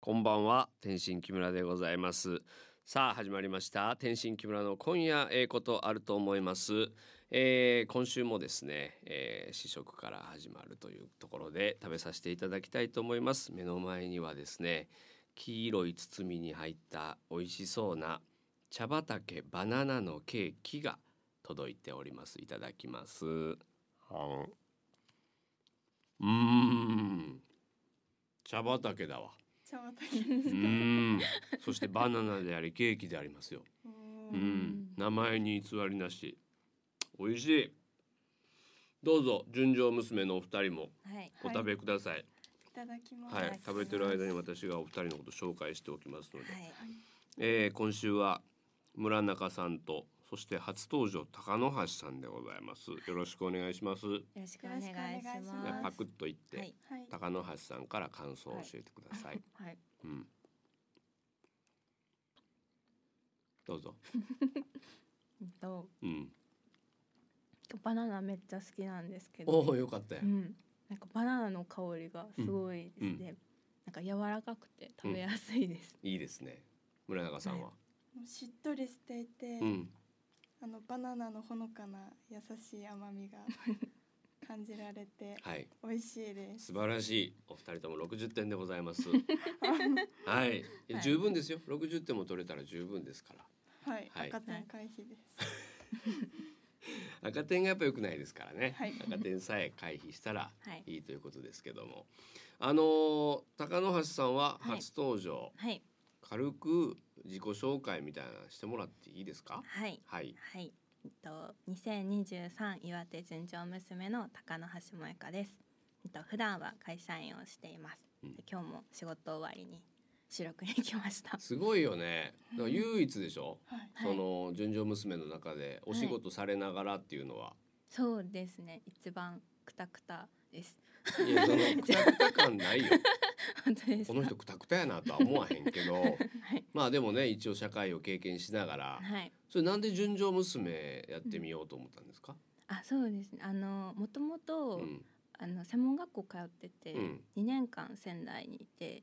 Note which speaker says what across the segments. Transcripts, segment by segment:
Speaker 1: こんばんは天心木村でございますさあ始まりました天心木村の今夜ええことあると思います、えー今週もですね、えー試食から始まるというところで食べさせていただきたいと思います目の前にはですね黄色い包みに入った美味しそうな茶畑バナナのケーキが届いておりますいただきますはんうーん茶畑だわ
Speaker 2: 茶畑で
Speaker 1: う
Speaker 2: すか。
Speaker 1: んそしてバナナでありケーキでありますよ。うん
Speaker 2: う
Speaker 1: ん、名前に偽りなし。美味しい。どうぞ純情娘のお二人も
Speaker 3: はい。
Speaker 1: お食べください。
Speaker 2: いただきます。
Speaker 1: はい、
Speaker 3: はい
Speaker 1: 食べてる間に私がお二人のこと紹介しておきますので、
Speaker 3: はい。
Speaker 1: えー今週は村中さんとそして初登場高野橋さんでございます。よろしくお願いします。
Speaker 3: よろしくお願いし
Speaker 2: よろしくお願いし
Speaker 1: じゃあ
Speaker 2: ま
Speaker 3: ま
Speaker 1: パ
Speaker 3: す。
Speaker 1: クッといって、
Speaker 3: はい。
Speaker 2: はい。
Speaker 1: 高野橋さんから感想を教えてください。
Speaker 3: はい。
Speaker 1: うん。どうぞ。
Speaker 3: うんと
Speaker 1: うん。
Speaker 3: バナナめっちゃ好きなんですけど。
Speaker 1: おお、よかったよ
Speaker 3: う。ん。なんかバナナの香りがすごいですね。なんか柔らかくて食べやすいです。
Speaker 1: いいですね。村中さんは。
Speaker 2: もうしっとりしていて、
Speaker 1: うん。
Speaker 2: あのバナナのほのかな優しい 甘みが感じられて
Speaker 1: はい。
Speaker 2: 美味し いです。
Speaker 1: 素晴らしい。お二人とも六十点でござい ます。はい。いや
Speaker 3: はい
Speaker 1: 十分ですよ。六十点も取れたら十分ですから。
Speaker 2: はい、
Speaker 1: はい
Speaker 2: 赤点回避です。
Speaker 1: 赤点がやっぱ良くないですからね。
Speaker 2: はい
Speaker 1: 赤点さえ回避したら
Speaker 3: はい。
Speaker 1: いいということですけども。あのー高野橋さんは
Speaker 3: はい
Speaker 1: 初登場。
Speaker 3: はい。
Speaker 1: 軽く自己紹介みたいなのしてもらっていいですか。
Speaker 3: はい。
Speaker 1: はい。
Speaker 3: はい。えっと2023岩手純情娘の高野橋萌香です。えっと普段は会社員をしています。
Speaker 1: うん
Speaker 3: で今日も仕事終わりに収録に来ました。
Speaker 1: すごいよね。だから唯一でしょ。
Speaker 2: はい。
Speaker 3: はい
Speaker 1: その純情娘の中でお仕事されながらっていうのは、
Speaker 3: そうですね。一番クタクタです。
Speaker 1: い、や そのクタクタ感ないよ
Speaker 3: 本当です
Speaker 1: こ
Speaker 3: か。
Speaker 1: の人クタクタやなとは思わへんけ ど
Speaker 3: はい。
Speaker 1: まあでもね一応社会を経験しながら
Speaker 3: はい。
Speaker 1: それなんで純情娘やってみようと思ったんですか、
Speaker 3: あそうですねあのもとも
Speaker 1: う
Speaker 3: と
Speaker 1: ん
Speaker 3: あの専門学校通ってて、
Speaker 1: うん
Speaker 3: 2年間仙台にいて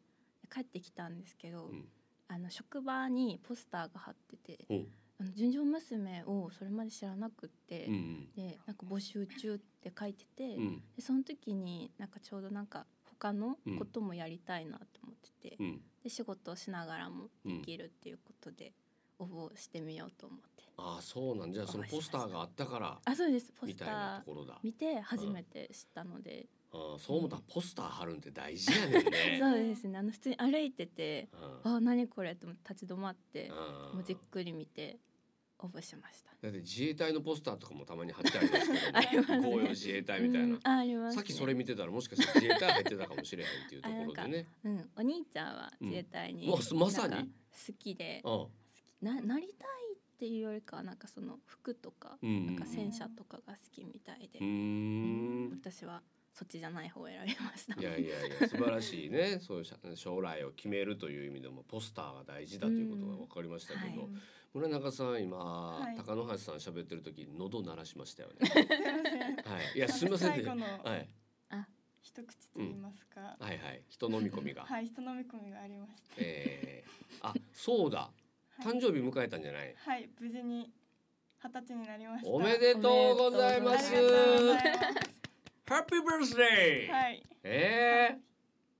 Speaker 3: 帰ってきたんですけど、
Speaker 1: うん
Speaker 3: あの職場にポスターが貼ってて
Speaker 1: ほう
Speaker 3: 「あの純情娘」をそれまで知らなくって、
Speaker 1: うん
Speaker 3: でなんか募集中って書いてて、
Speaker 1: うんうん
Speaker 3: でその時になんかちょうどなんか他のこともやりたいなと思ってて、
Speaker 1: うん
Speaker 3: で仕事をしながらも
Speaker 1: う
Speaker 3: で
Speaker 1: ん
Speaker 3: きるっていうことで応募してみようと思って、
Speaker 1: ああそうなんじゃあそのポスターがあったから
Speaker 3: あそうですポ
Speaker 1: み
Speaker 3: ス
Speaker 1: た
Speaker 3: タ
Speaker 1: いな
Speaker 3: ー
Speaker 1: ところだ
Speaker 3: 見て初めて知ったので。
Speaker 1: ああそう思ったらポスター貼るんって大事やねんね
Speaker 3: そうですねあの普通に歩いてて「
Speaker 1: う
Speaker 3: あ何これ」と思って立ち止まって
Speaker 1: んうん
Speaker 3: もうじっくり見て応募しました。
Speaker 1: だって自衛隊のポスターとかもたまに貼ってありますけ
Speaker 3: あります
Speaker 1: ど、
Speaker 3: ね
Speaker 1: ね、公用自衛隊みたいな
Speaker 3: うん、ああります、ね、
Speaker 1: さっきそれ見てたらもしかしたら自衛隊入ってたかもしれへんっていうところでね。
Speaker 3: うん、お兄ちゃんは自衛隊に、
Speaker 1: うんうわすまさに
Speaker 3: なんか好きで
Speaker 1: うん
Speaker 3: ななりたいっていうよりかはなんかその服とか、
Speaker 1: うん
Speaker 3: なんか戦車とかが好きみたいで、
Speaker 1: うーん。
Speaker 3: 私はそっちじゃない方を選びました
Speaker 1: いやいやいや素晴らしいね。そういうしゃ将来を決めるという意味でもポスターが大事だということが分かりましたけ
Speaker 3: うん
Speaker 1: ど、
Speaker 3: は
Speaker 1: 村中さん今、
Speaker 2: はい
Speaker 1: 高野橋さん喋ってる時喉鳴らしましたよね。
Speaker 2: すみません。
Speaker 1: はい。いやすみま せんね。
Speaker 2: 最後
Speaker 1: はい
Speaker 2: の
Speaker 1: はい
Speaker 2: 一口と言いますか。
Speaker 1: はい。人飲み込みが。
Speaker 2: はい、人飲み込みがありまして。
Speaker 1: えー、あそうだ。
Speaker 2: は
Speaker 1: 誕
Speaker 2: い、
Speaker 1: 生日迎えたんじゃない。
Speaker 2: はい、無事に二十歳になりました。
Speaker 1: おめでとうござい
Speaker 2: あ
Speaker 1: ま
Speaker 2: り
Speaker 1: す
Speaker 2: がとうござい。
Speaker 1: ハッピーバースデ
Speaker 2: ます。
Speaker 1: ー。
Speaker 2: はい。
Speaker 1: えー、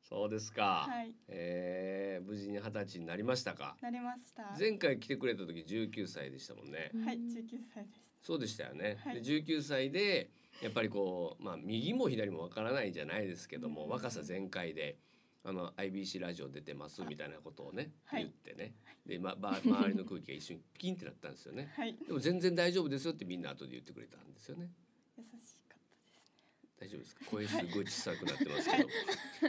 Speaker 1: そうですか。
Speaker 2: はい、
Speaker 1: えー、無事に二十歳になりましたか。
Speaker 2: なりました。
Speaker 1: 前回来てくれた時19歳でしたもんね。
Speaker 2: はい、
Speaker 3: うん
Speaker 2: 19歳です。
Speaker 1: そうでしたよね。
Speaker 2: はい
Speaker 1: で19歳でやっぱりこうまあ右も左もわからないじゃないですけども、
Speaker 2: うん
Speaker 1: 若さ全開で。あの IBC ラジオ出てますみたいなことをね、
Speaker 2: はい
Speaker 1: 言ってねで、ま、ば周りの空気が一瞬ピキンってなったんですよね
Speaker 2: はい、優
Speaker 1: でも全然大丈夫ですよってみんな後で言ってくれたんですよね
Speaker 2: しかっ
Speaker 1: 大丈夫ですか声すごい小さくなってますけ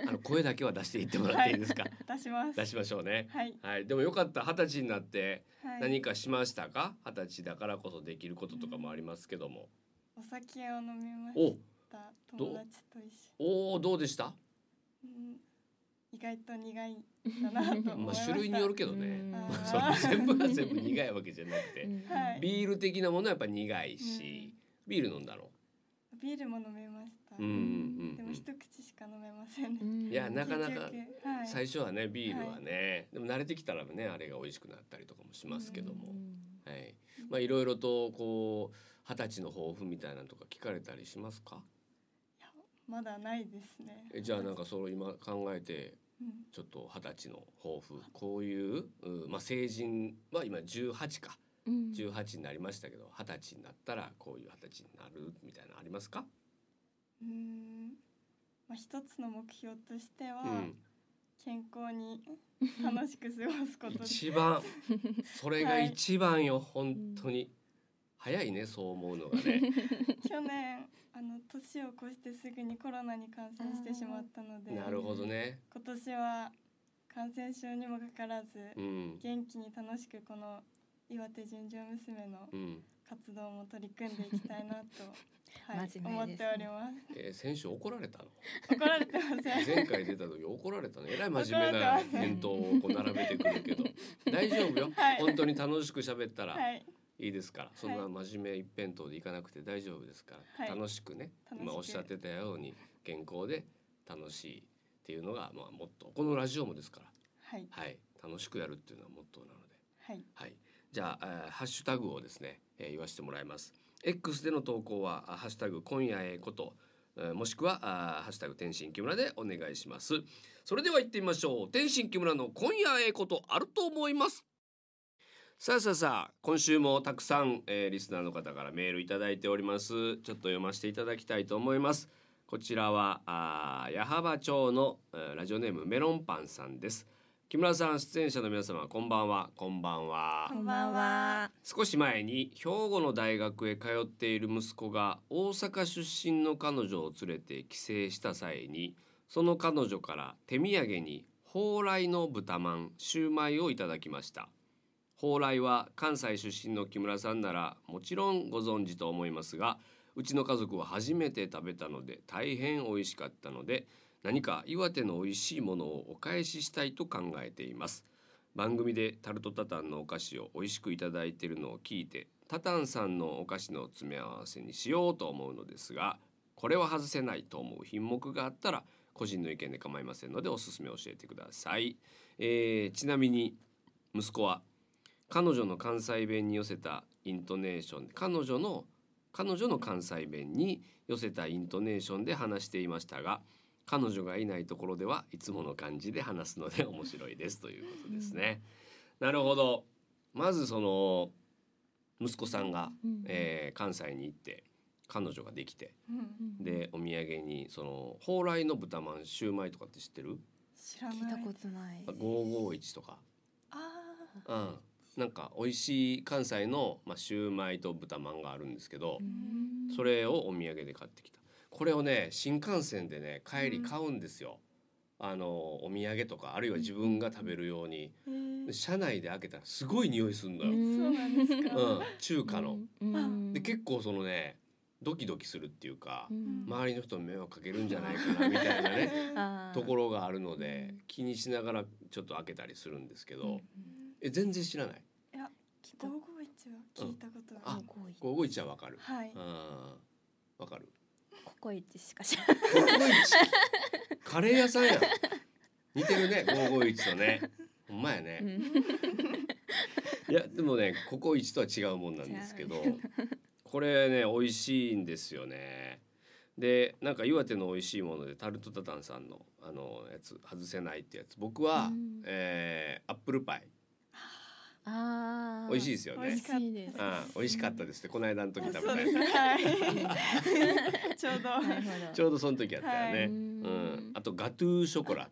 Speaker 1: どあの声だけは出していってもらっていいですか、
Speaker 2: たです。出します。
Speaker 1: 出しましょうね
Speaker 2: はい、
Speaker 1: はいでもよかった二十歳になって
Speaker 2: はい。
Speaker 1: 何かしましたか二十歳だからこそできることとかもありますけども、
Speaker 2: お酒を飲みました。
Speaker 1: どう
Speaker 2: 友達と一緒。
Speaker 1: おおーどうでした
Speaker 2: うん、意外と苦いかなと思いました。
Speaker 1: まあ種類によるけどね、
Speaker 2: あ
Speaker 1: そん
Speaker 2: ー
Speaker 1: な全部が全部苦いわけじゃなくて
Speaker 2: はい
Speaker 1: ビール的なものはやっぱ苦いし、ビール飲んだの
Speaker 2: うんビールも飲めました、
Speaker 1: うんうん
Speaker 2: で
Speaker 1: うん
Speaker 2: も
Speaker 1: うん
Speaker 2: 一口しか飲めませんね、
Speaker 1: いやなかなか
Speaker 2: 結局はい、
Speaker 1: 最初はねビールはね、でも慣れてきたらねあれが美味しくなったりとかもしますけども、はいまあいろいろとこう二十歳の抱負みたいなのとか聞かれたりしますか
Speaker 2: いやまだないですね
Speaker 1: えじゃあなんかそれ今考えて
Speaker 2: うん
Speaker 1: ちょっと二十歳の抱負こういう、うんまあ、成人は今18か
Speaker 3: うん
Speaker 1: 18になりましたけど二十歳になったらこういう二十歳になるみたいなのありますか、
Speaker 2: うーんまあ、一つの目標としては、
Speaker 1: うん、
Speaker 2: 健康に楽しく過ごすことです
Speaker 1: 一番それが一番よ本当に早いねそう思うのが ね
Speaker 2: 去年あの年を越してすぐにコロナに感染してしまったので
Speaker 1: なるほどね
Speaker 2: 今年は感染症にもかからず、
Speaker 1: うん
Speaker 2: 元気に楽しくこの岩手純情娘の
Speaker 1: うん、
Speaker 2: 活動も取り組んでいきたいなと、はい、
Speaker 3: 真面
Speaker 2: 思
Speaker 3: 目
Speaker 2: って
Speaker 3: ですね
Speaker 2: おります
Speaker 1: えー先週怒られたの
Speaker 2: 怒られてません
Speaker 1: 前回出た時怒られたのえらい真面目な返答をこう並べてくるけど大丈夫よ、
Speaker 2: はい
Speaker 1: 本当に楽しく喋ったら
Speaker 2: はい
Speaker 1: いいですから、そんな真面目一辺倒でいかなくて大丈夫ですから、
Speaker 2: はい
Speaker 1: 楽しくね
Speaker 2: 楽しく
Speaker 1: 今おっしゃってたように健康で楽しいっていうのがまあもっとこのラジオもですから
Speaker 2: はい
Speaker 1: はい楽しくやるっていうのはモットーなので
Speaker 2: はい
Speaker 1: はいじゃあ、えーハッシュタグをですね、えー言わせてもらいます X での投稿はあハッシュタグ今夜へことえーもしくはあハッシュタグ天心木村でお願いしますそれでは行ってみましょう天心木村の今夜へことあると思いますさあさあさあ今週もたくさん、えーリスナーの方からメールいただいておりますちょっと読ませていただきたいと思いますこちらはあー矢巾町の、えーラジオネームメロンパンさんです木村さん出演者の皆様こんばんはこんばんは
Speaker 3: こんばんは。
Speaker 1: 少し前に兵庫の大学へ通っている息子が大阪出身の彼女を連れて帰省した際にその彼女から手土産に蓬莱の豚まんシューマイをいただきました蓬莱は関西出身の木村さんならもちろんご存知と思いますがうちの家族は初めて食べたので大変美味しかったので何か岩手の美味しいものをお返ししたいと考えています番組でタルトタタンのお菓子を美味しくいただいているのを聞いてタタンさんのお菓子の詰め合わせにしようと思うのですがこれは外せないと思う品目があったら個人の意見で構いませんのでおすすめを教えてください、えーちなみに息子は彼女の関西弁に寄せたイントネーション彼女の彼女の関西弁に寄せたイントネーションで話していましたが彼女がいないところではいつもの感じで話すので面白いですということですね。なるほどまずその息子さんが、
Speaker 3: うん
Speaker 1: えー関西に行って彼女ができて
Speaker 2: うん
Speaker 1: でお土産にその蓬莱の豚まんシューマイとかって知ってる
Speaker 2: 知ら
Speaker 3: 聞い
Speaker 2: な
Speaker 3: た
Speaker 2: い
Speaker 3: ことない。
Speaker 1: ?551 とか、
Speaker 2: あ
Speaker 1: うん、なんか美味しい関西の、まあ、シューマイと豚まんがあるんですけど、
Speaker 3: うん
Speaker 1: それをお土産で買ってきたこれをね新幹線でね帰り買うんですよ、あのお土産とかあるいは自分が食べるように、
Speaker 2: ー、えー、
Speaker 1: 車内で開けたらすごい匂いするのよ、
Speaker 2: そうなんです か、
Speaker 1: うん、中華の、
Speaker 3: うん
Speaker 1: で結構そのねドキドキするっていうか、
Speaker 3: うん
Speaker 1: 周りの人に迷惑かけるんじゃないかなみたいなね
Speaker 3: あー
Speaker 1: ところがあるので
Speaker 3: うん
Speaker 1: 気にしながらちょっと開けたりするんですけ
Speaker 3: うん
Speaker 1: ど、え全然知らない
Speaker 3: きっと
Speaker 2: 五五一は聞いたことが、
Speaker 1: あ
Speaker 3: ココイチ
Speaker 1: 551はわかる、
Speaker 2: はい
Speaker 1: うん、わかる
Speaker 3: ココイチしか知ら
Speaker 1: 551カレー屋さんやん似てるね551とねほんまや
Speaker 3: な
Speaker 1: ね、
Speaker 3: い。
Speaker 1: いやでもねココイチとは違うもんなんですけどこれね美味しいんですよねでなんか岩手の美味しいものでタルトタタンさんのあのやつ外せないってやつ僕は、
Speaker 3: うん
Speaker 1: えーアップルパイ
Speaker 3: あー
Speaker 1: 美味しいですよ
Speaker 2: 美味
Speaker 1: ね
Speaker 2: し
Speaker 3: 美味しいです。
Speaker 1: うん美味しかったですってこの間の時食べ
Speaker 2: そ
Speaker 1: た
Speaker 2: う
Speaker 1: や
Speaker 2: です
Speaker 1: つ
Speaker 2: はい ちょうど
Speaker 3: なるほど。
Speaker 1: ちょうどその時やったよね、
Speaker 2: はい
Speaker 1: うん
Speaker 3: うん
Speaker 1: あとガトゥーショコラ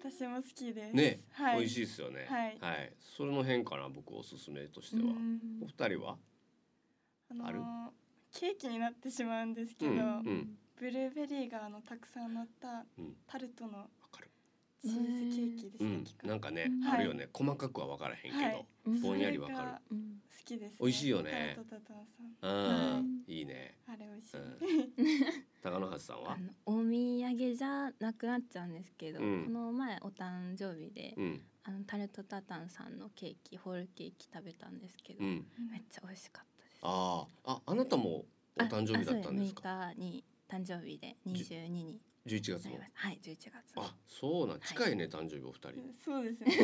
Speaker 2: 私も好きです
Speaker 1: ね、
Speaker 2: はい、
Speaker 1: 美味
Speaker 2: い
Speaker 1: しいですよね
Speaker 2: はい
Speaker 1: その辺かな僕おすすめとしては、
Speaker 3: うん
Speaker 1: お二人は
Speaker 2: あの
Speaker 1: ある
Speaker 2: ーケーキになってしまうんですけど、
Speaker 1: うんうん
Speaker 2: ブルーベリーがあのたくさん乗った
Speaker 1: うん
Speaker 2: タルトの
Speaker 1: わかる、
Speaker 2: チーズケーキでした
Speaker 1: う
Speaker 2: っ
Speaker 1: ん
Speaker 2: け、か、
Speaker 1: なんかね、あ
Speaker 3: はい
Speaker 1: るよね細かくは分からへんけど、
Speaker 2: はい
Speaker 3: うん
Speaker 1: ぼんやりわかる
Speaker 2: それが
Speaker 3: うん
Speaker 2: 好きです、ね、
Speaker 1: 美味しいよね
Speaker 2: タルトタタンさん
Speaker 1: うん、
Speaker 3: はい
Speaker 1: いいね
Speaker 2: あれ美味しい、
Speaker 1: 高野橋さんは
Speaker 3: あのお土産じゃなくなっちゃうんですけど、
Speaker 1: うん
Speaker 3: この前お誕生日で、
Speaker 1: うん
Speaker 3: あのタルトタタンさんのケーキホールケーキ食べたんですけど、
Speaker 1: うん
Speaker 3: めっちゃ美味しかったです。
Speaker 1: あーああなたもお誕生日だったんですか。
Speaker 3: あそう6日に誕生日で22に
Speaker 1: 十一月
Speaker 3: なり
Speaker 1: も
Speaker 3: ま。すはい11月の
Speaker 1: あ、そうなん、
Speaker 3: い
Speaker 1: 近いね、誕生日お二人。
Speaker 2: そうですね。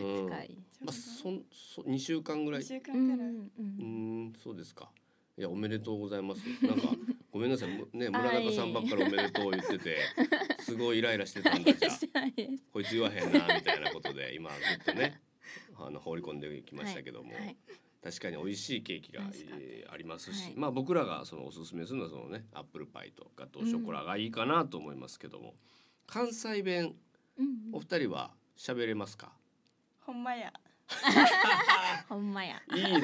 Speaker 1: うん
Speaker 3: 近。い
Speaker 1: まあ、そん、そ、二週間ぐらい
Speaker 2: 一。週間
Speaker 3: うん
Speaker 2: くらい。
Speaker 3: う
Speaker 1: うんん、そうですか。いや、おめでとうございます。なんか、ごめんなさい、むね、
Speaker 3: あ
Speaker 1: 村
Speaker 3: いえい
Speaker 1: 中
Speaker 3: え
Speaker 1: さんばっかりおめでとう言ってて。すごいイライラしてたん
Speaker 3: い
Speaker 1: だ
Speaker 3: や
Speaker 1: じゃあ
Speaker 3: してないです
Speaker 1: こいつ言わへんなみたいなことで、今、ずっとね。あの、放り込んできましたけども。
Speaker 3: はい
Speaker 1: 確かに美味しいケーキが
Speaker 3: 美味しかったです
Speaker 1: えーありますし、
Speaker 3: はい
Speaker 1: まあ僕らがそのおすすめするのはそのねアップルパイとガトーショコラがいいかなと思いますけども、関西弁
Speaker 3: うんう
Speaker 1: お
Speaker 3: ん
Speaker 1: 二人は喋れますか、
Speaker 2: ほんまや。
Speaker 3: ほんまや
Speaker 1: いいね
Speaker 2: はい。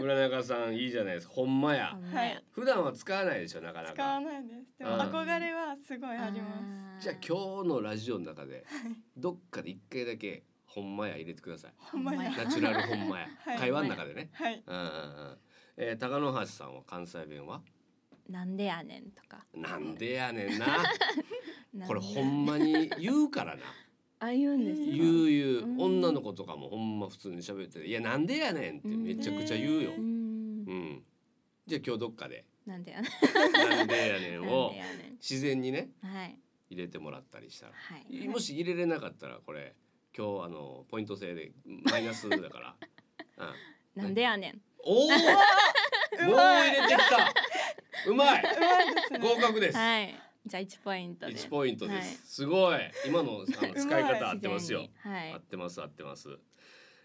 Speaker 1: 村中さんいいじゃないですかほんまや
Speaker 3: ほんまや
Speaker 1: 普段は使わないでしょなかな
Speaker 2: 使わ
Speaker 1: か
Speaker 2: ないです。で
Speaker 1: う
Speaker 2: も
Speaker 1: ん
Speaker 2: 憧れはすごいあります。
Speaker 3: あー
Speaker 1: じゃあ今日のラジオの中でどっかで一回だけ「ほんまや」入れてください
Speaker 2: ほんまや。
Speaker 1: ナチュラルほんまや、
Speaker 2: はい
Speaker 1: 会話の中でね
Speaker 2: はい。
Speaker 1: うんうんうんえー、高野橋さんは関西弁は
Speaker 3: なんでやねんとか
Speaker 1: なんでやねんな
Speaker 3: な
Speaker 1: これ
Speaker 3: でや
Speaker 1: ほんまに言うからな
Speaker 3: あ言うんです
Speaker 1: 言う
Speaker 3: う
Speaker 1: 言う、
Speaker 3: うん
Speaker 1: 女の子とかもほんま普通に喋ってて「いやなんでやねん」ってめちゃくちゃ言うよ。
Speaker 3: う
Speaker 1: うん
Speaker 3: ん
Speaker 1: じゃあ今日どっかで
Speaker 3: なんでやね
Speaker 1: 「
Speaker 3: ん
Speaker 1: なんでやねん」
Speaker 3: なん
Speaker 1: を
Speaker 3: でやねん
Speaker 1: 自然にね
Speaker 3: はい
Speaker 1: 入れてもらったりしたら
Speaker 3: はい
Speaker 1: もし入れれなかったらこれ今日あのポイント制でマイナスだ から、うん、
Speaker 3: なんでやねん
Speaker 1: おおもう
Speaker 2: うま
Speaker 1: 入
Speaker 2: い。
Speaker 1: れてきたうまいう
Speaker 2: まいですね。
Speaker 1: 合格です、
Speaker 3: はいじゃあ一ポイントで
Speaker 1: 一1ポイントです、
Speaker 3: はい
Speaker 1: すごい今のあ の
Speaker 2: まい
Speaker 1: 使い方合ってますよ
Speaker 3: 自然にはい
Speaker 1: 合ってます合ってます。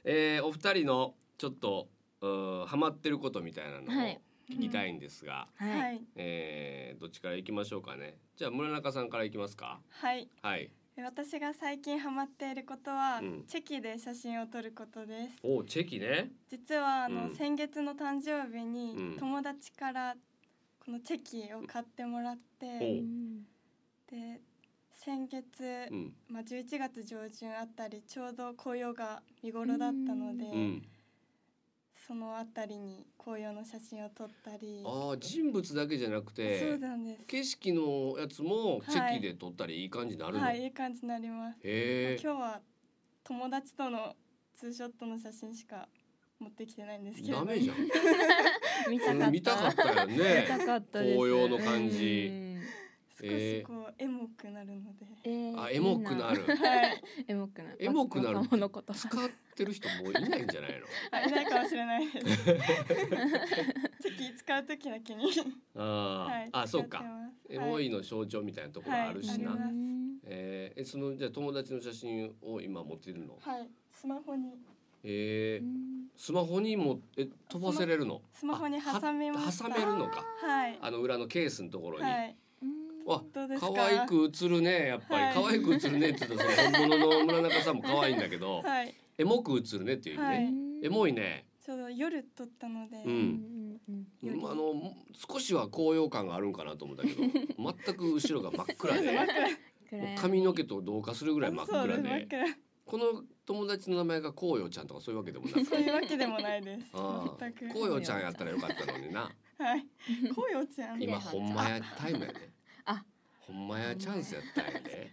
Speaker 1: えーお二人のちょっとうーハマってることみたいなのを
Speaker 3: はい
Speaker 1: 聞きたいんですが、
Speaker 3: は
Speaker 2: はいい。
Speaker 1: えーどっちから行きましょうかね。じゃあ村中さんから行きますか。
Speaker 2: はい。
Speaker 1: はい。
Speaker 2: 私が最近ハマっていることは、
Speaker 1: うん
Speaker 2: チェキで写真を撮ることです
Speaker 1: おうチェキね。
Speaker 2: 実はあの、
Speaker 1: うん
Speaker 2: 先月の誕生日に、
Speaker 1: うん
Speaker 2: 友達からこのチェキを買ってもらって、
Speaker 1: お
Speaker 3: うん
Speaker 2: で先月、
Speaker 1: うん
Speaker 2: まあ、11月上旬あたりちょうど紅葉が見頃だったので、
Speaker 1: うん。
Speaker 2: そのあたりに紅葉の写真を撮ったり
Speaker 1: ああ人物だけじゃなく
Speaker 2: そう
Speaker 1: て
Speaker 2: なんです
Speaker 1: 景色のやつもチェキで撮ったりいい感じになるの。
Speaker 2: は
Speaker 1: へ
Speaker 2: いいい感じになります
Speaker 1: え。
Speaker 2: 今日は友達とのツーショットの写真しか持ってきてないんですけれど
Speaker 1: ダメじゃん。
Speaker 3: 見たかっ
Speaker 1: う
Speaker 3: た
Speaker 1: ん見たかったよ
Speaker 3: 見た
Speaker 1: ね。
Speaker 3: かったです
Speaker 1: 紅葉の感じ
Speaker 3: うん
Speaker 2: 少しこう、エモくなるので
Speaker 3: えー
Speaker 1: あエモくな る。
Speaker 2: はい、
Speaker 3: エモくなる
Speaker 1: エモくなる
Speaker 3: 若者言葉
Speaker 1: 使ってる人もういないんじゃ ないの。
Speaker 2: あいないかもしれないです。 チェキ使う時だけに。
Speaker 1: あー、
Speaker 2: はい。
Speaker 1: あそうか
Speaker 2: 使っ。て
Speaker 1: エ
Speaker 2: ます
Speaker 1: モ
Speaker 2: はい。
Speaker 1: いの象徴みたいなところあるしな、
Speaker 2: はいあります
Speaker 1: えーえそのじゃあ友達の写真を今持ってるの、
Speaker 2: はい。スマホに。
Speaker 1: え
Speaker 3: う
Speaker 1: ー
Speaker 3: ん
Speaker 1: スマホにもえ飛ばせれるの
Speaker 2: スマホに挟みました
Speaker 1: あは挟めるのか
Speaker 2: はい。
Speaker 1: あの裏のケースのところに、
Speaker 2: はい。
Speaker 3: うん
Speaker 1: わ
Speaker 2: どうですか。
Speaker 1: 可愛く映るねやっぱり、
Speaker 2: はい
Speaker 1: 可愛く映るねって言ったらその本物の村中さんも可愛いんだけど、
Speaker 2: はい。
Speaker 1: エモく映るねっていう意味ね、
Speaker 2: はい
Speaker 1: エモいね、
Speaker 2: ちょうど夜撮ったので。
Speaker 1: うん
Speaker 3: うんうん
Speaker 2: より
Speaker 1: まああの少しは高揚感があるんかなと思ったけ ど全く後ろが真っ暗で
Speaker 2: 真っ暗
Speaker 3: 暗
Speaker 1: も
Speaker 3: 闇
Speaker 1: う髪の毛と同化するぐらい真っ
Speaker 2: そうで
Speaker 1: 暗
Speaker 2: す
Speaker 1: で
Speaker 2: 真っ暗
Speaker 1: この友達の名前が紅葉ちゃんとかそういうわけでもなく
Speaker 2: そういうわけでもないです。
Speaker 1: ああ
Speaker 2: 全く。
Speaker 1: 紅葉ちゃんやったらよかったのにな。
Speaker 2: はい。紅葉ちゃん。
Speaker 1: 今
Speaker 3: 紅葉ちゃん
Speaker 1: ほんまやタイムやで。
Speaker 3: あ、
Speaker 1: ほんまやチャンスやったんやで。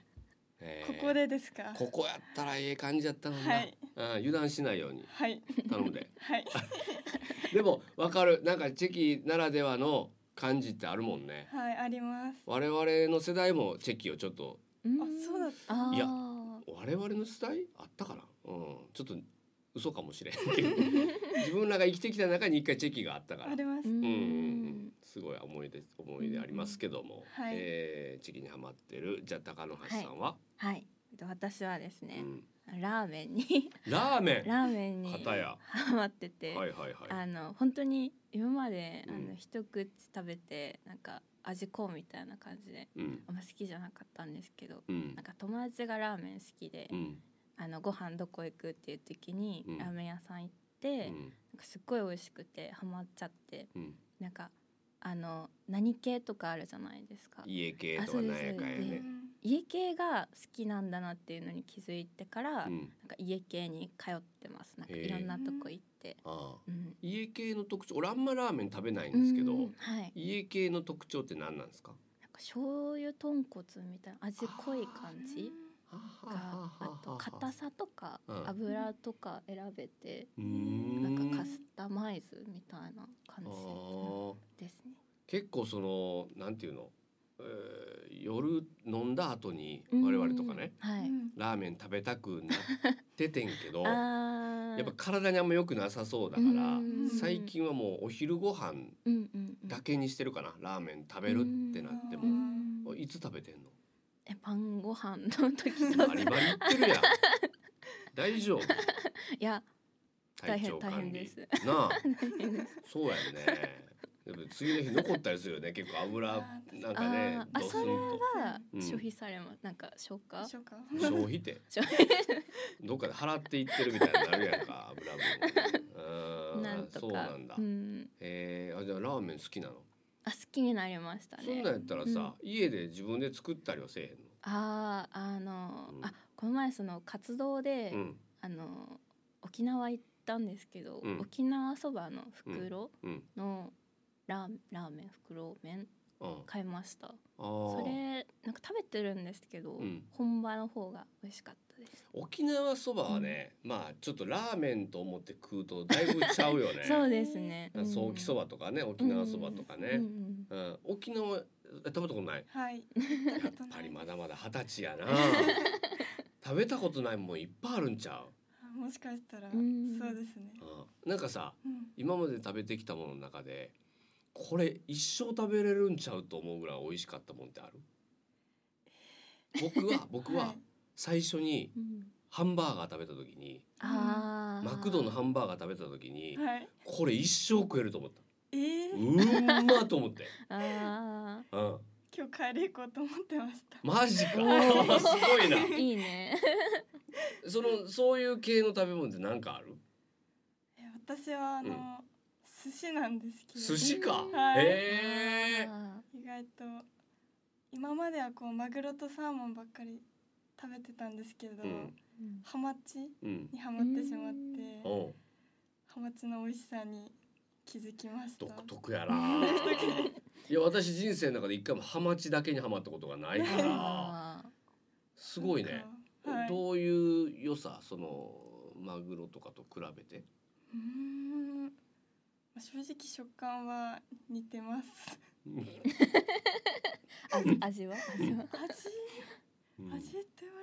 Speaker 1: え
Speaker 2: こ
Speaker 1: ー
Speaker 2: こ。でですか。
Speaker 1: ここやったらええ感じやったのにな。
Speaker 2: はい
Speaker 1: うん油断しないように
Speaker 2: はい。
Speaker 1: 頼むで。
Speaker 2: はい。
Speaker 1: でもわかるなんかチェキならではの感じってあるもんね。
Speaker 2: はい、あります。
Speaker 1: 我々の世代もチェキをちょっと
Speaker 3: うん
Speaker 2: あそうだっ
Speaker 3: あー
Speaker 1: いや我々の世代あったかな。うんちょっと嘘かもしれんけ ど自分らが生きてきた中に一回チェキがあったから
Speaker 2: あ。ります
Speaker 3: う。
Speaker 1: うんうん
Speaker 3: ん
Speaker 1: うんすごい思い出思い出ありますけども、
Speaker 2: はい
Speaker 1: えー地域にはまってるじゃあ高野橋さんは、
Speaker 3: はい私はです
Speaker 1: う
Speaker 3: ね
Speaker 1: ん
Speaker 3: ラーメンに
Speaker 1: ラーメン
Speaker 3: ラーメンに
Speaker 1: 片や
Speaker 3: ハマってて
Speaker 1: はいはいはい
Speaker 3: あの本当に今まであ
Speaker 1: う
Speaker 3: の
Speaker 1: ん
Speaker 3: 一口食べてなんか味こうみたいな感じで
Speaker 1: うん
Speaker 3: あんま好きじゃなかったんですけど
Speaker 1: うん
Speaker 3: なんか友達がラーメン好きで
Speaker 1: うん
Speaker 3: あのご飯どこ行くっていう時に
Speaker 1: うん
Speaker 3: ラーメン屋さん行っ
Speaker 1: う
Speaker 3: てなん
Speaker 1: ん
Speaker 3: かすっごい美味しくてハマっちゃって
Speaker 1: うん
Speaker 3: なんかあの何系とかあるじゃないですか
Speaker 1: 家系とか
Speaker 3: あそうです
Speaker 1: なんやかんや
Speaker 2: う
Speaker 1: ね
Speaker 2: ん
Speaker 3: 家系が好きなんだなっていうのに気づいてから、
Speaker 1: う
Speaker 3: なん
Speaker 1: ん
Speaker 3: か家系に通ってますなんか
Speaker 1: へえ
Speaker 3: いろんなとこ行って、
Speaker 1: ああ
Speaker 3: うん、
Speaker 1: 家系の特徴俺あんまラーメン食べないんですけど、
Speaker 3: うんはい
Speaker 1: 家系の特徴って何なんですか
Speaker 3: なんか醤油豚骨みたいな味濃い感じがあと硬さとか
Speaker 1: うん
Speaker 3: 油とか選べて、
Speaker 1: なん
Speaker 3: なんかカスタマイズみたいな感
Speaker 1: あ
Speaker 3: じ
Speaker 1: ー
Speaker 3: ですね。
Speaker 1: 結構そのなんていうの、えー夜飲んだ後に
Speaker 3: うん
Speaker 1: 我々とかね、
Speaker 3: は
Speaker 2: う
Speaker 3: い。
Speaker 2: ん
Speaker 1: ラーメン食べたくなっててんけどや
Speaker 3: ああ。
Speaker 1: っぱ体にあんま良くなさそうだか
Speaker 3: う
Speaker 1: ら
Speaker 3: ん
Speaker 1: 最。近はもうお昼ご飯
Speaker 3: うんうんうん。
Speaker 1: だけにしてるかなラーメン食べるってなって
Speaker 3: う
Speaker 1: も
Speaker 3: ん
Speaker 1: いつ食べてんの
Speaker 3: えパンご飯の時と
Speaker 1: バ
Speaker 3: か
Speaker 1: リバリ言ってるやん大丈夫
Speaker 3: いや大
Speaker 1: 体
Speaker 3: 変
Speaker 1: 調管理
Speaker 3: 大変です
Speaker 1: なあ
Speaker 3: 大変です
Speaker 1: そうやんね でも次の日残ったりするよね結構油
Speaker 2: あー
Speaker 1: なんかね
Speaker 3: あーあ
Speaker 1: ドスン
Speaker 3: それ
Speaker 1: と
Speaker 3: が
Speaker 1: うん
Speaker 3: 消費されます、なんか消化
Speaker 2: しようか。
Speaker 1: 消費って
Speaker 3: 消費
Speaker 1: どっかで払っていってるみたいになるやんか油分
Speaker 3: な
Speaker 1: うんん
Speaker 3: とか
Speaker 1: そうなんだ、
Speaker 3: うん
Speaker 1: えー、あじゃあラーメン好きなの
Speaker 3: あ好きになりました
Speaker 1: そん
Speaker 3: ね
Speaker 1: なんやったらさ、家で自分で作ったりはせえ
Speaker 3: あーあの、
Speaker 1: うん
Speaker 3: あこの前その活動
Speaker 1: へ
Speaker 3: で、
Speaker 1: んのうん
Speaker 3: あの沖縄行ったんですけど、
Speaker 1: うん
Speaker 3: 沖縄そばの袋
Speaker 1: うん
Speaker 3: のラー,、ラーメン袋麺
Speaker 1: うんあ
Speaker 3: 買いました
Speaker 1: あ
Speaker 3: そ
Speaker 1: ー
Speaker 3: れなんか食べてるんですけど、
Speaker 1: うん
Speaker 3: 本場の方が美味しかったです、
Speaker 1: 沖縄そばはね、まあちょっとラーメンと思って食うとだいぶちゃうよね
Speaker 3: そうですね
Speaker 1: 早期そ
Speaker 3: ば
Speaker 1: ばとかね沖縄そばとかね、うん沖縄え食べたことない
Speaker 2: はい。
Speaker 1: やっぱりまだまだ二十歳やな食べたことないもんいっぱいあるんちゃう
Speaker 2: もしかしたら、
Speaker 3: うん
Speaker 2: そうですね。
Speaker 1: うんなんかさ
Speaker 2: うん
Speaker 1: 今まで食べてきたものの中でこれ一生食べれるんちゃうと思うぐらい美味しかったもんってある僕は僕は最初にハンバーガー食べた時に
Speaker 3: ああ
Speaker 1: マクドのハンバーガー食べた時に
Speaker 2: はい。はい。
Speaker 1: これ一生食えると思った
Speaker 2: えー
Speaker 1: うんまと思って、
Speaker 3: あ
Speaker 1: うん、
Speaker 2: 今日帰れ行こうと思ってました。
Speaker 1: マジかすごいな
Speaker 3: あいいね
Speaker 1: そのそういう系の食べ物って何かある
Speaker 2: え私はあの、寿司なんですけど。
Speaker 1: 寿司か
Speaker 2: は
Speaker 1: へ
Speaker 2: い
Speaker 1: え
Speaker 3: あ
Speaker 2: 意外と今まではこうマグロとサーモンばっかり食べてたんですけど、
Speaker 1: うん
Speaker 3: ー
Speaker 2: ハマチ
Speaker 1: うん
Speaker 2: にハマってしまって
Speaker 1: う、ん
Speaker 2: ハマチの美味しさに気づきました。
Speaker 1: 独特やないや私人生の中で一回もハマチだけにハマったことがない から
Speaker 3: あ
Speaker 1: すごいね、
Speaker 2: なんかはい。う
Speaker 1: どういう良さそのマグロとかと比べて
Speaker 2: ーん。まあ正直食感は似てます。
Speaker 3: ー味味は味は
Speaker 2: 味味って言わ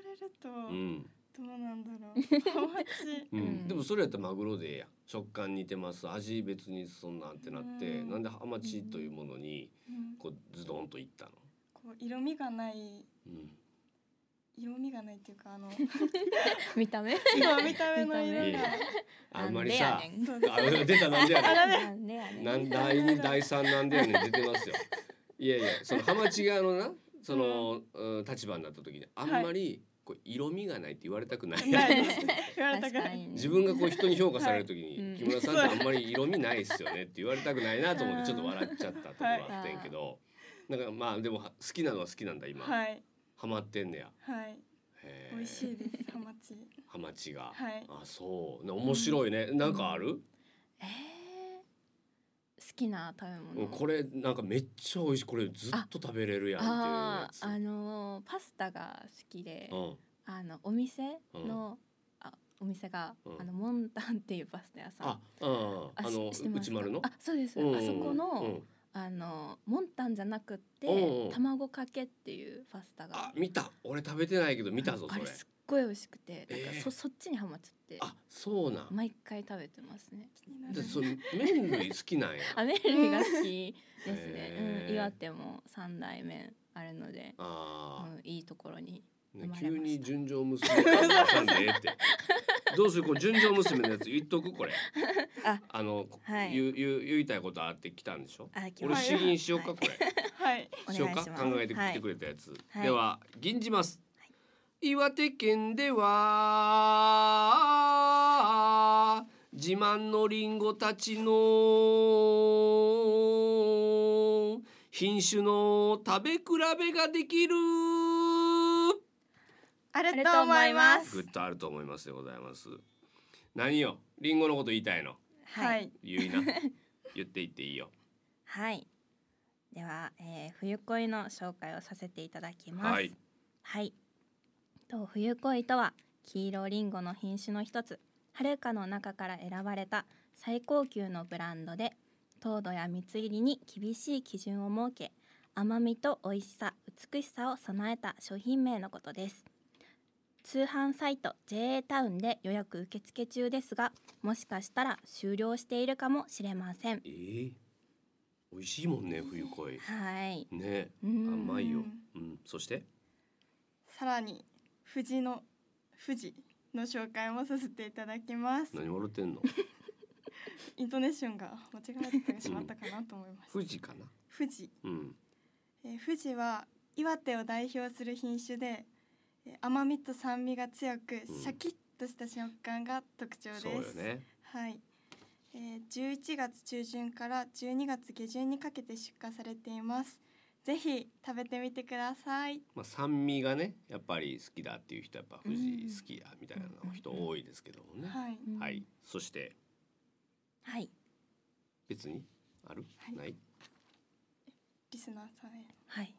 Speaker 2: れると
Speaker 1: うん
Speaker 2: どうなんだろう。ハマチ。
Speaker 1: うん
Speaker 3: うん
Speaker 1: でもそれやったらマグロでええやん食感似てます味別にそんなんってなって
Speaker 2: うん
Speaker 1: なんでハマチというものに
Speaker 2: うん
Speaker 1: こうズドンといったの、
Speaker 2: こう色味がない
Speaker 1: うん
Speaker 2: 色味がないっていうか あの
Speaker 3: 見た目
Speaker 2: 今見た目の色
Speaker 1: 見た
Speaker 2: が
Speaker 1: 目あんまりさ
Speaker 2: そうです。
Speaker 1: あ出たなんでやねん
Speaker 3: なんでやねんなんでやね
Speaker 1: なん第二
Speaker 3: ん
Speaker 1: 第三なんだよね出てますよ。いやいやそのハマチ側のなその、うん立場になった時にあんまりこう色味がないって言われたくない。
Speaker 2: ないです言われた
Speaker 3: 確
Speaker 2: くな
Speaker 3: か
Speaker 2: い。
Speaker 3: に
Speaker 1: 自分がこう人に評価される時
Speaker 3: はいう
Speaker 1: に
Speaker 3: ん
Speaker 1: 木村さんってあんまり色味ないっすよねって言われたくないなと思ってちょっと笑っちゃったところあってんけど、なんかまあでも好きなのは好きなんだ今、
Speaker 2: はい
Speaker 1: ハマってんねや。
Speaker 2: はい
Speaker 1: へー
Speaker 2: 美味しいですハマチ。
Speaker 1: ハマチが。
Speaker 2: はい
Speaker 1: あそうな面白いね、なんかある、
Speaker 3: えー好きな食べ
Speaker 1: うん
Speaker 3: 物
Speaker 1: これなんかめっちゃ美味しいこれずっと食べれるやんっていうや
Speaker 3: あ
Speaker 1: つ
Speaker 3: ーあのーパスタが好きで
Speaker 1: うん
Speaker 3: あのお店のあお店が
Speaker 1: うん
Speaker 3: あのモンタンっていうパスタ屋さん
Speaker 1: あ、うん、あ
Speaker 3: あし
Speaker 1: の
Speaker 3: 知ってます
Speaker 1: 内丸の
Speaker 3: あ、そうです、
Speaker 1: うん
Speaker 3: あそこ
Speaker 1: う
Speaker 3: の
Speaker 1: ん
Speaker 3: あのモンタンじゃなくって
Speaker 1: うんうん
Speaker 3: 卵かけっていうパスタが
Speaker 1: あ、見た。俺食べてないけど見たぞ
Speaker 3: あ
Speaker 1: それ
Speaker 3: れ。すっごい美味しくてなん
Speaker 1: え
Speaker 3: か
Speaker 1: ー
Speaker 3: そそっちにハマっちゃって
Speaker 1: あ、そうなん。
Speaker 3: 毎回食べてますね
Speaker 2: 気にな
Speaker 1: で、
Speaker 2: る
Speaker 1: その麺類好きなんや。
Speaker 3: あ麺類が好きです
Speaker 1: へ
Speaker 3: ね、
Speaker 1: ー
Speaker 3: うん、岩手も三代麺あるので、う
Speaker 1: あ
Speaker 3: ん、いいところに
Speaker 1: ー、
Speaker 3: 生
Speaker 1: ね
Speaker 3: まれました
Speaker 1: 急に純情娘感出さんでええって。 どうするこう純情娘のやつ言っとくこれ。
Speaker 3: あ
Speaker 1: あの、
Speaker 3: はい
Speaker 1: 言う言う言いたいことあってきたんでしょ。
Speaker 3: あ
Speaker 1: 俺
Speaker 2: はい
Speaker 1: 詩吟しようかこれ。
Speaker 2: はい
Speaker 1: しようか考えてき
Speaker 3: は
Speaker 1: て
Speaker 3: い
Speaker 1: くれたやつ、
Speaker 3: はい
Speaker 1: では吟じます、
Speaker 3: は
Speaker 1: 岩手県では自慢のリンゴたちの品種の食べ比べができる
Speaker 2: あ
Speaker 3: る
Speaker 2: る
Speaker 3: と
Speaker 2: と
Speaker 3: 思
Speaker 2: 思
Speaker 3: い
Speaker 2: い
Speaker 3: ま
Speaker 2: ますす。
Speaker 1: グッとあると思いますでございます何よリンゴのこと言いたいの
Speaker 3: はい
Speaker 2: い。
Speaker 1: 言いな 言っていっていいよ
Speaker 3: はい。では、えー冬恋の紹介をさせていただきます。
Speaker 1: は
Speaker 3: はいい。と冬恋とは黄色りんごの品種の一つ、春夏の中から選ばれた最高級のブランドで糖度や蜜入りに厳しい基準を設け甘みと美味しさ美しさを備えた商品名のことです通販サイト JA タウンで予約受付中ですがもしかしたら終了しているかもしれません
Speaker 1: えー、美味しいもんね冬恋
Speaker 3: はい
Speaker 1: ね
Speaker 3: うん
Speaker 1: 甘いよ
Speaker 2: うん
Speaker 1: うんそして
Speaker 2: さらに富士の富士の紹介もさせていただきます
Speaker 1: 何笑ってんの
Speaker 2: イントネーションが間違えてしまったかなと思い ました
Speaker 1: 富士かな
Speaker 2: 富士
Speaker 1: うん
Speaker 2: えー富士は岩手を代表する品種でえー甘みと酸味が強く
Speaker 1: うん
Speaker 2: シャキッとした食感が特徴です、
Speaker 1: そうよね
Speaker 2: はい、えー11月中旬から12月下旬にかけて出荷されていますぜひ食べてみてください
Speaker 1: まあ酸味がねやっぱり好きだっていう人はやっぱ富士好きやみたいな
Speaker 3: うん
Speaker 1: 人多いですけどもね
Speaker 2: はい、
Speaker 3: うん
Speaker 1: はいそして
Speaker 3: はい
Speaker 1: 別にある
Speaker 2: はい
Speaker 1: ない
Speaker 2: リスナーさんへ
Speaker 3: はい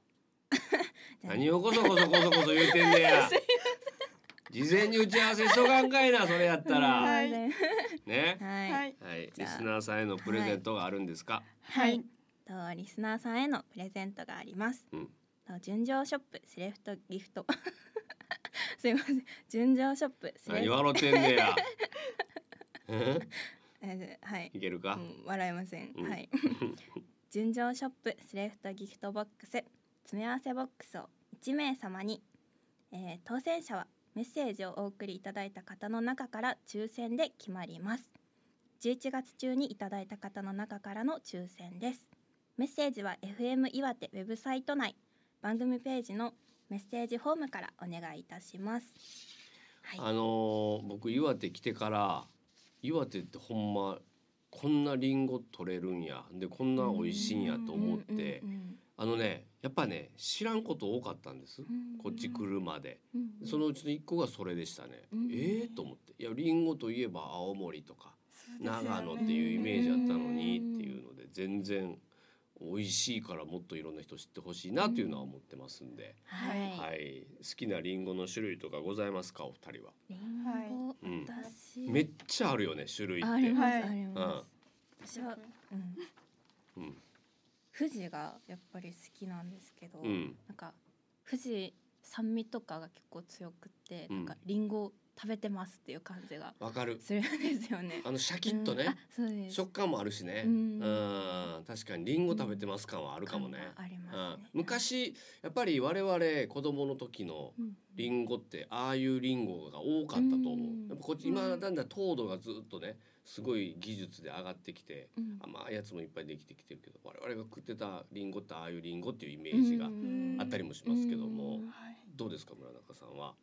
Speaker 3: じゃあ
Speaker 1: 何をこそこそこそこそ言うてんね や事前に打ち合わせしとかんかいなそれやった
Speaker 3: うん
Speaker 1: ら
Speaker 2: はい
Speaker 1: ね
Speaker 3: はい、
Speaker 2: は
Speaker 3: はい、
Speaker 2: い
Speaker 1: はい
Speaker 3: じ
Speaker 1: リ
Speaker 3: ゃあ
Speaker 1: スナーさんへのプレゼントがあるんですか
Speaker 2: はい
Speaker 3: とリスナーさんへのプレゼントがあります、
Speaker 1: うん
Speaker 3: と純情ショップセレクトギフト すいません純情ショップセレ
Speaker 1: 何
Speaker 3: クト
Speaker 1: 笑ってんねやえ
Speaker 3: えーはい
Speaker 1: いけるか
Speaker 3: うん笑えません、
Speaker 1: うん
Speaker 3: はい純情ショップセレクトギフトボックス詰め合わせボックスを1名様に、えー当選者はメッセージをお送りいただいた方の中から抽選で決まります11月中にいただいた方の中からの抽選ですメッセージは FM 岩手ウェブサイト内番組ページのメッセージフォームからお願いいたしますは
Speaker 1: あ
Speaker 3: い
Speaker 1: のー僕岩手来てから岩手ってほんまこんなリンゴ取れるんやでこんな美味しいんやと思って
Speaker 3: うんうん
Speaker 1: あのねやっぱね知らんこと多かったんです
Speaker 3: うん
Speaker 1: こっち来るまで
Speaker 3: うんうん
Speaker 1: そのうちの一個がそれでしたね
Speaker 3: うん
Speaker 1: ええと思っていやリンゴといえば青森とか
Speaker 2: そうですよね
Speaker 1: 長野っていうイメージあったのにっていうので全然美味しいからもっといろんな人知ってほしいなというのは思ってますんで、
Speaker 3: はい
Speaker 1: はい、好きなリンゴの種類とかございますかお二人は。
Speaker 3: リンゴ、
Speaker 2: はい
Speaker 1: うん
Speaker 3: 私
Speaker 1: めっちゃあるよね種類って。
Speaker 3: あります、
Speaker 2: はい
Speaker 3: あります、私は、うん、
Speaker 1: うん
Speaker 3: 富士がやっぱり好きなんですけど、
Speaker 1: うん
Speaker 3: なんか富士酸味とかが結構強くって、
Speaker 1: うん
Speaker 3: なんかリンゴ食べてますっていう感じが
Speaker 1: わかる。
Speaker 3: するんです よね。
Speaker 1: あのシャキッと
Speaker 3: うんあ
Speaker 1: ね、
Speaker 3: そうです。
Speaker 1: 食感もあるしね。う
Speaker 3: うん
Speaker 1: ん、確かにリンゴ食べてます感はあるかもね。
Speaker 3: 感がありま
Speaker 1: う
Speaker 3: す
Speaker 1: ん
Speaker 3: ね。、
Speaker 1: 昔やっぱり我々子供の時の
Speaker 3: うん
Speaker 1: リンゴってああいうリンゴが多かったと思う
Speaker 3: うん。
Speaker 1: やっぱこっち今だんだん糖度がずっとね、すごい技術で上がってきて。
Speaker 3: うん
Speaker 1: 甘いやつもいっぱいできてきてるけど我々が食ってたリンゴってああいうリンゴっていうイメージがあったりもしますけども、
Speaker 3: うん
Speaker 2: はい
Speaker 1: どうですか村中さんは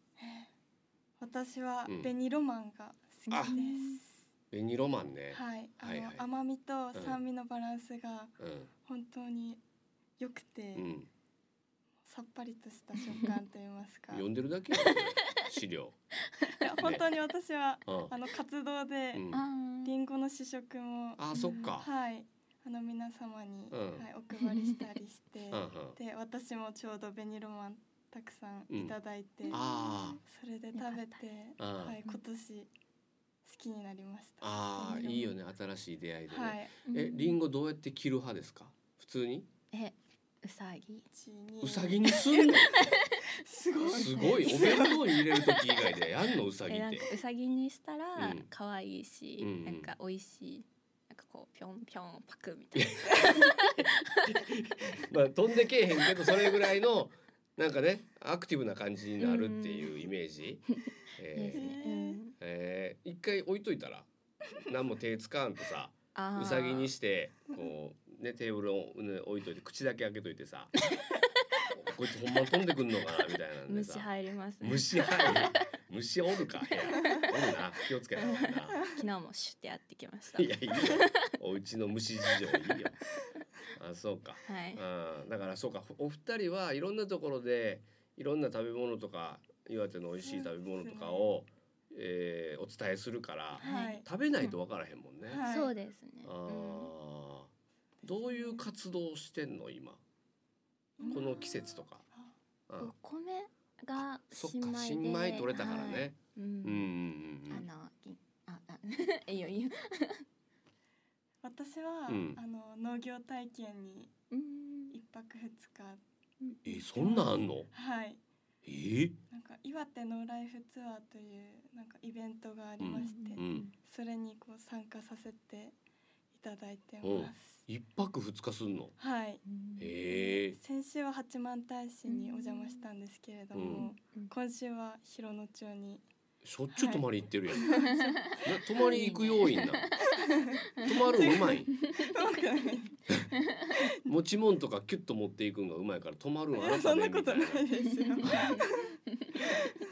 Speaker 2: 私は
Speaker 1: うん
Speaker 2: 紅ロマンが好きです、
Speaker 1: 紅ロマンね、
Speaker 2: はいあの、
Speaker 1: はいはい
Speaker 2: 甘みと酸味のバランスが本当に良くて、
Speaker 1: うん、うん、
Speaker 2: さっぱりとした食感と言いますか
Speaker 1: 読んでるだけやんそれ資料、
Speaker 2: いや本当に私 は
Speaker 1: うん
Speaker 2: あの活動で
Speaker 1: うん、あ
Speaker 3: あ
Speaker 2: リンゴの試食も、
Speaker 1: あそっか、
Speaker 2: はいあの皆様に、
Speaker 1: うん
Speaker 2: はい、お配りしたりして、
Speaker 1: うんうん、
Speaker 2: で私もちょうど紅ロマンたくさんいただいて、
Speaker 1: あ
Speaker 2: それで食べて、
Speaker 1: あうん
Speaker 2: はい、今年好きになりました。
Speaker 1: ああいいよね新しい出会いでね、
Speaker 2: はい、
Speaker 1: えリン
Speaker 3: ゴ
Speaker 1: ゴどうやって切る派ですか普通に
Speaker 3: えうさぎ
Speaker 2: 一二
Speaker 1: うさぎにすんの
Speaker 2: すごい。
Speaker 1: すごいお弁当に入れる時以外でやんのうさぎ
Speaker 3: え
Speaker 1: っ
Speaker 3: なん
Speaker 1: て
Speaker 3: かうさぎにしたら
Speaker 1: うん
Speaker 3: 可愛いし、
Speaker 1: うんうん
Speaker 3: なんか美味しいなんかこうぴょんぴょんパクみたいな
Speaker 1: まあ飛んでけえへんけどそれぐらいのなんかねアクティブな感じになるっていうイメージ、
Speaker 3: です
Speaker 1: えー
Speaker 3: ね。
Speaker 2: えー
Speaker 3: うん
Speaker 1: えー一回置いといたら何も手つかんとさ
Speaker 3: あー
Speaker 1: うさぎにしてこうねテーブルを、ね、置いといて口だけ開けといてさ こいつほんま飛んでくんのかなみたいなんで
Speaker 3: 虫
Speaker 1: さ
Speaker 3: 入りますね。
Speaker 1: 虫入る虫おるか部屋おるな気をつけなあかんな
Speaker 3: 昨日もシュってやってきまし た。
Speaker 1: いやいいよおうちの虫事情いいよあそうか
Speaker 3: はい。
Speaker 1: うんだからそうかお二人はいろんなところでいろんな食べ物とか岩手の美味しい食べ物とかを、えーお伝えするから
Speaker 2: はい。
Speaker 1: 食べないと分からへんもんね。
Speaker 2: はい
Speaker 3: そうですね。
Speaker 1: あーどういう活動をしてんの今この季節とか。う
Speaker 3: うん
Speaker 1: ん
Speaker 3: お、米が
Speaker 1: そっ
Speaker 3: 新米
Speaker 1: か
Speaker 3: で
Speaker 1: 新米取れたからね。
Speaker 3: はいうん
Speaker 1: うんうんうんう
Speaker 3: あ
Speaker 1: ん
Speaker 3: のぎああ いいよいいよ
Speaker 2: 私は、
Speaker 1: うん
Speaker 2: あの農業体験に
Speaker 3: うーん
Speaker 2: 一泊二日
Speaker 1: えそんなんあんの
Speaker 2: はい
Speaker 1: えー、
Speaker 2: なんか岩手のライフツアーというなんかイベントがありまし
Speaker 1: う
Speaker 2: て、
Speaker 1: んうん
Speaker 2: それにこう参加させていただいてます。
Speaker 1: 一泊二日すんの
Speaker 2: はい。
Speaker 1: え
Speaker 2: 先週は八幡平市にお邪魔したんですけれども、
Speaker 3: うん
Speaker 2: 今週は広野町 に
Speaker 1: ー、しょっちゅう泊まり行ってる やん、な泊まり行く要員なの泊まるんうまい持ち物とかキュッと持っていくんがうまいから泊 まるんあなた
Speaker 2: そん
Speaker 1: ね
Speaker 2: な
Speaker 1: み
Speaker 2: こと
Speaker 1: たい
Speaker 2: な
Speaker 1: ない
Speaker 2: ですよ。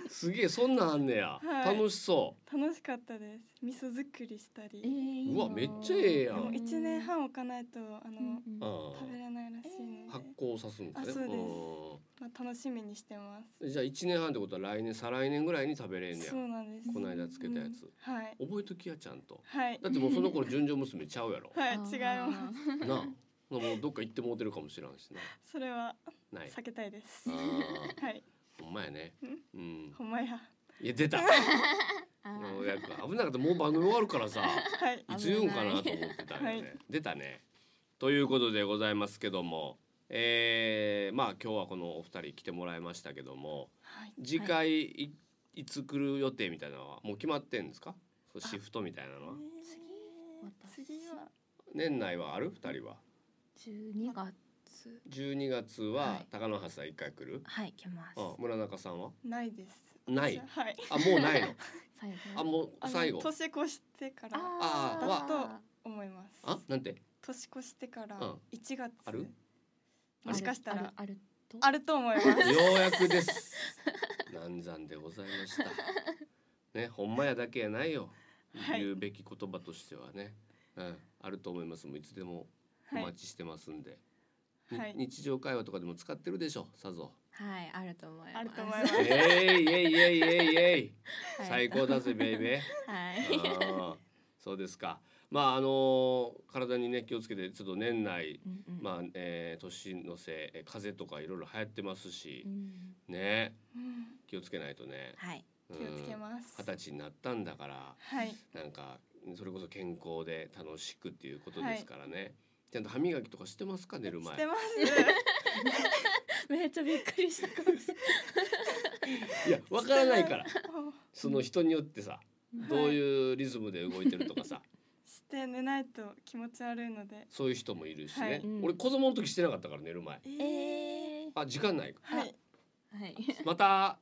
Speaker 1: すげえそんなんあんねや、
Speaker 2: はい
Speaker 1: 楽しそ
Speaker 2: 楽しかったです。味噌作りした
Speaker 3: え
Speaker 2: り、
Speaker 3: ーいいな
Speaker 1: うわめっちゃええや
Speaker 2: でも
Speaker 1: ん
Speaker 2: 一年半置かないとあ
Speaker 3: う
Speaker 2: の、
Speaker 3: ん
Speaker 1: う、
Speaker 3: うん
Speaker 1: あ
Speaker 2: 食べれないらしいの
Speaker 1: あ発
Speaker 2: で、
Speaker 1: 酵さすんですね
Speaker 2: あそうです
Speaker 1: うん
Speaker 2: まあ楽しみにしてます。
Speaker 1: じゃあ一年半ってことは来年再来年ぐらいに食べれんねや
Speaker 2: そうなんです。
Speaker 1: この間つけたやつ、
Speaker 2: はい
Speaker 1: 覚えときやちゃんと
Speaker 2: はい
Speaker 1: だってもうその頃純情娘ちゃうや ろ
Speaker 2: はい
Speaker 3: あー
Speaker 2: 違いま
Speaker 1: なあもうどっか行ってもうてるかもしらんし
Speaker 2: す。それは
Speaker 1: なない
Speaker 2: 避けたいです。
Speaker 1: あー
Speaker 2: はい
Speaker 1: ほんまやねうん
Speaker 2: ほんまや。
Speaker 1: いや出 たよ
Speaker 3: あー
Speaker 1: うやく危なかったもう番組終わるから さ
Speaker 2: はい
Speaker 1: いつ言うんかなと思ってたんよね、
Speaker 2: は
Speaker 1: 出たねということでございますけどもえー、まあ今日はこのお二人来てもらいましたけども
Speaker 2: はい。
Speaker 1: 次回い,、いつ来る予定みたいなのはもう決まってんですかそうシフトみたいなのは
Speaker 2: 次次は
Speaker 1: 年内はある二人は
Speaker 3: 12月
Speaker 1: 12月
Speaker 3: は
Speaker 1: はい高野橋さん一回来る、
Speaker 3: はい来ます
Speaker 1: あ村中さんは
Speaker 2: ないです。
Speaker 1: ない
Speaker 2: はい。
Speaker 1: あもう ないの
Speaker 3: 最後
Speaker 1: あもう
Speaker 2: あの
Speaker 1: 最後
Speaker 2: 年越してから
Speaker 1: あー
Speaker 2: だと
Speaker 3: は
Speaker 2: 思います。
Speaker 1: あなんて
Speaker 2: 年越してから
Speaker 1: うん
Speaker 2: 1月。
Speaker 1: ある
Speaker 2: もしかした
Speaker 3: ある
Speaker 2: ら
Speaker 3: あると
Speaker 2: あると思います。
Speaker 1: ようやくです。難産でございま した。ね、ほんまやだけやないよ。
Speaker 2: はい
Speaker 1: 言うべき言葉としてはね、うん、あると思います。もういつでもお
Speaker 2: は
Speaker 1: 待
Speaker 2: い。
Speaker 1: ちしてますんで。に
Speaker 2: はい。
Speaker 1: 日常会話とかでも使ってるでしょ、さ ぞ。
Speaker 3: はいあると思います
Speaker 2: あると思います
Speaker 1: えいえいえいえいえい。
Speaker 3: はい
Speaker 1: 最高だぜ、ベイベー。
Speaker 3: はい
Speaker 1: あーそうですか。まあ、あのー体にね、気をつけて、ちょっと年内。
Speaker 3: うんうん
Speaker 1: まあ、えー年のせい、えー風邪とかいろいろ流行ってますし
Speaker 3: う、ん
Speaker 1: ね、
Speaker 2: うん
Speaker 1: 気をつけないとね。
Speaker 3: はい
Speaker 1: うん
Speaker 2: 気をつけます。
Speaker 1: 二十歳になったんだから
Speaker 2: はい。
Speaker 1: なんかそれこそ健康で楽しくっていうことですからね、ちゃんと歯磨きとかしてますか寝る
Speaker 2: し
Speaker 1: 前
Speaker 2: てます。
Speaker 3: めっちゃびっくりしたかもしれない
Speaker 1: いやわからないから
Speaker 2: お
Speaker 1: その人によってさ、
Speaker 3: はい
Speaker 1: どういうリズムで動いてるとかさ
Speaker 2: して寝ないと気持ち悪いので。
Speaker 1: そういう人もいるしね、
Speaker 2: はい
Speaker 3: うん
Speaker 1: 俺子供の時してなかったから寝る前
Speaker 2: え
Speaker 3: えー
Speaker 1: あ時間ないか
Speaker 2: はい。
Speaker 3: はい
Speaker 1: また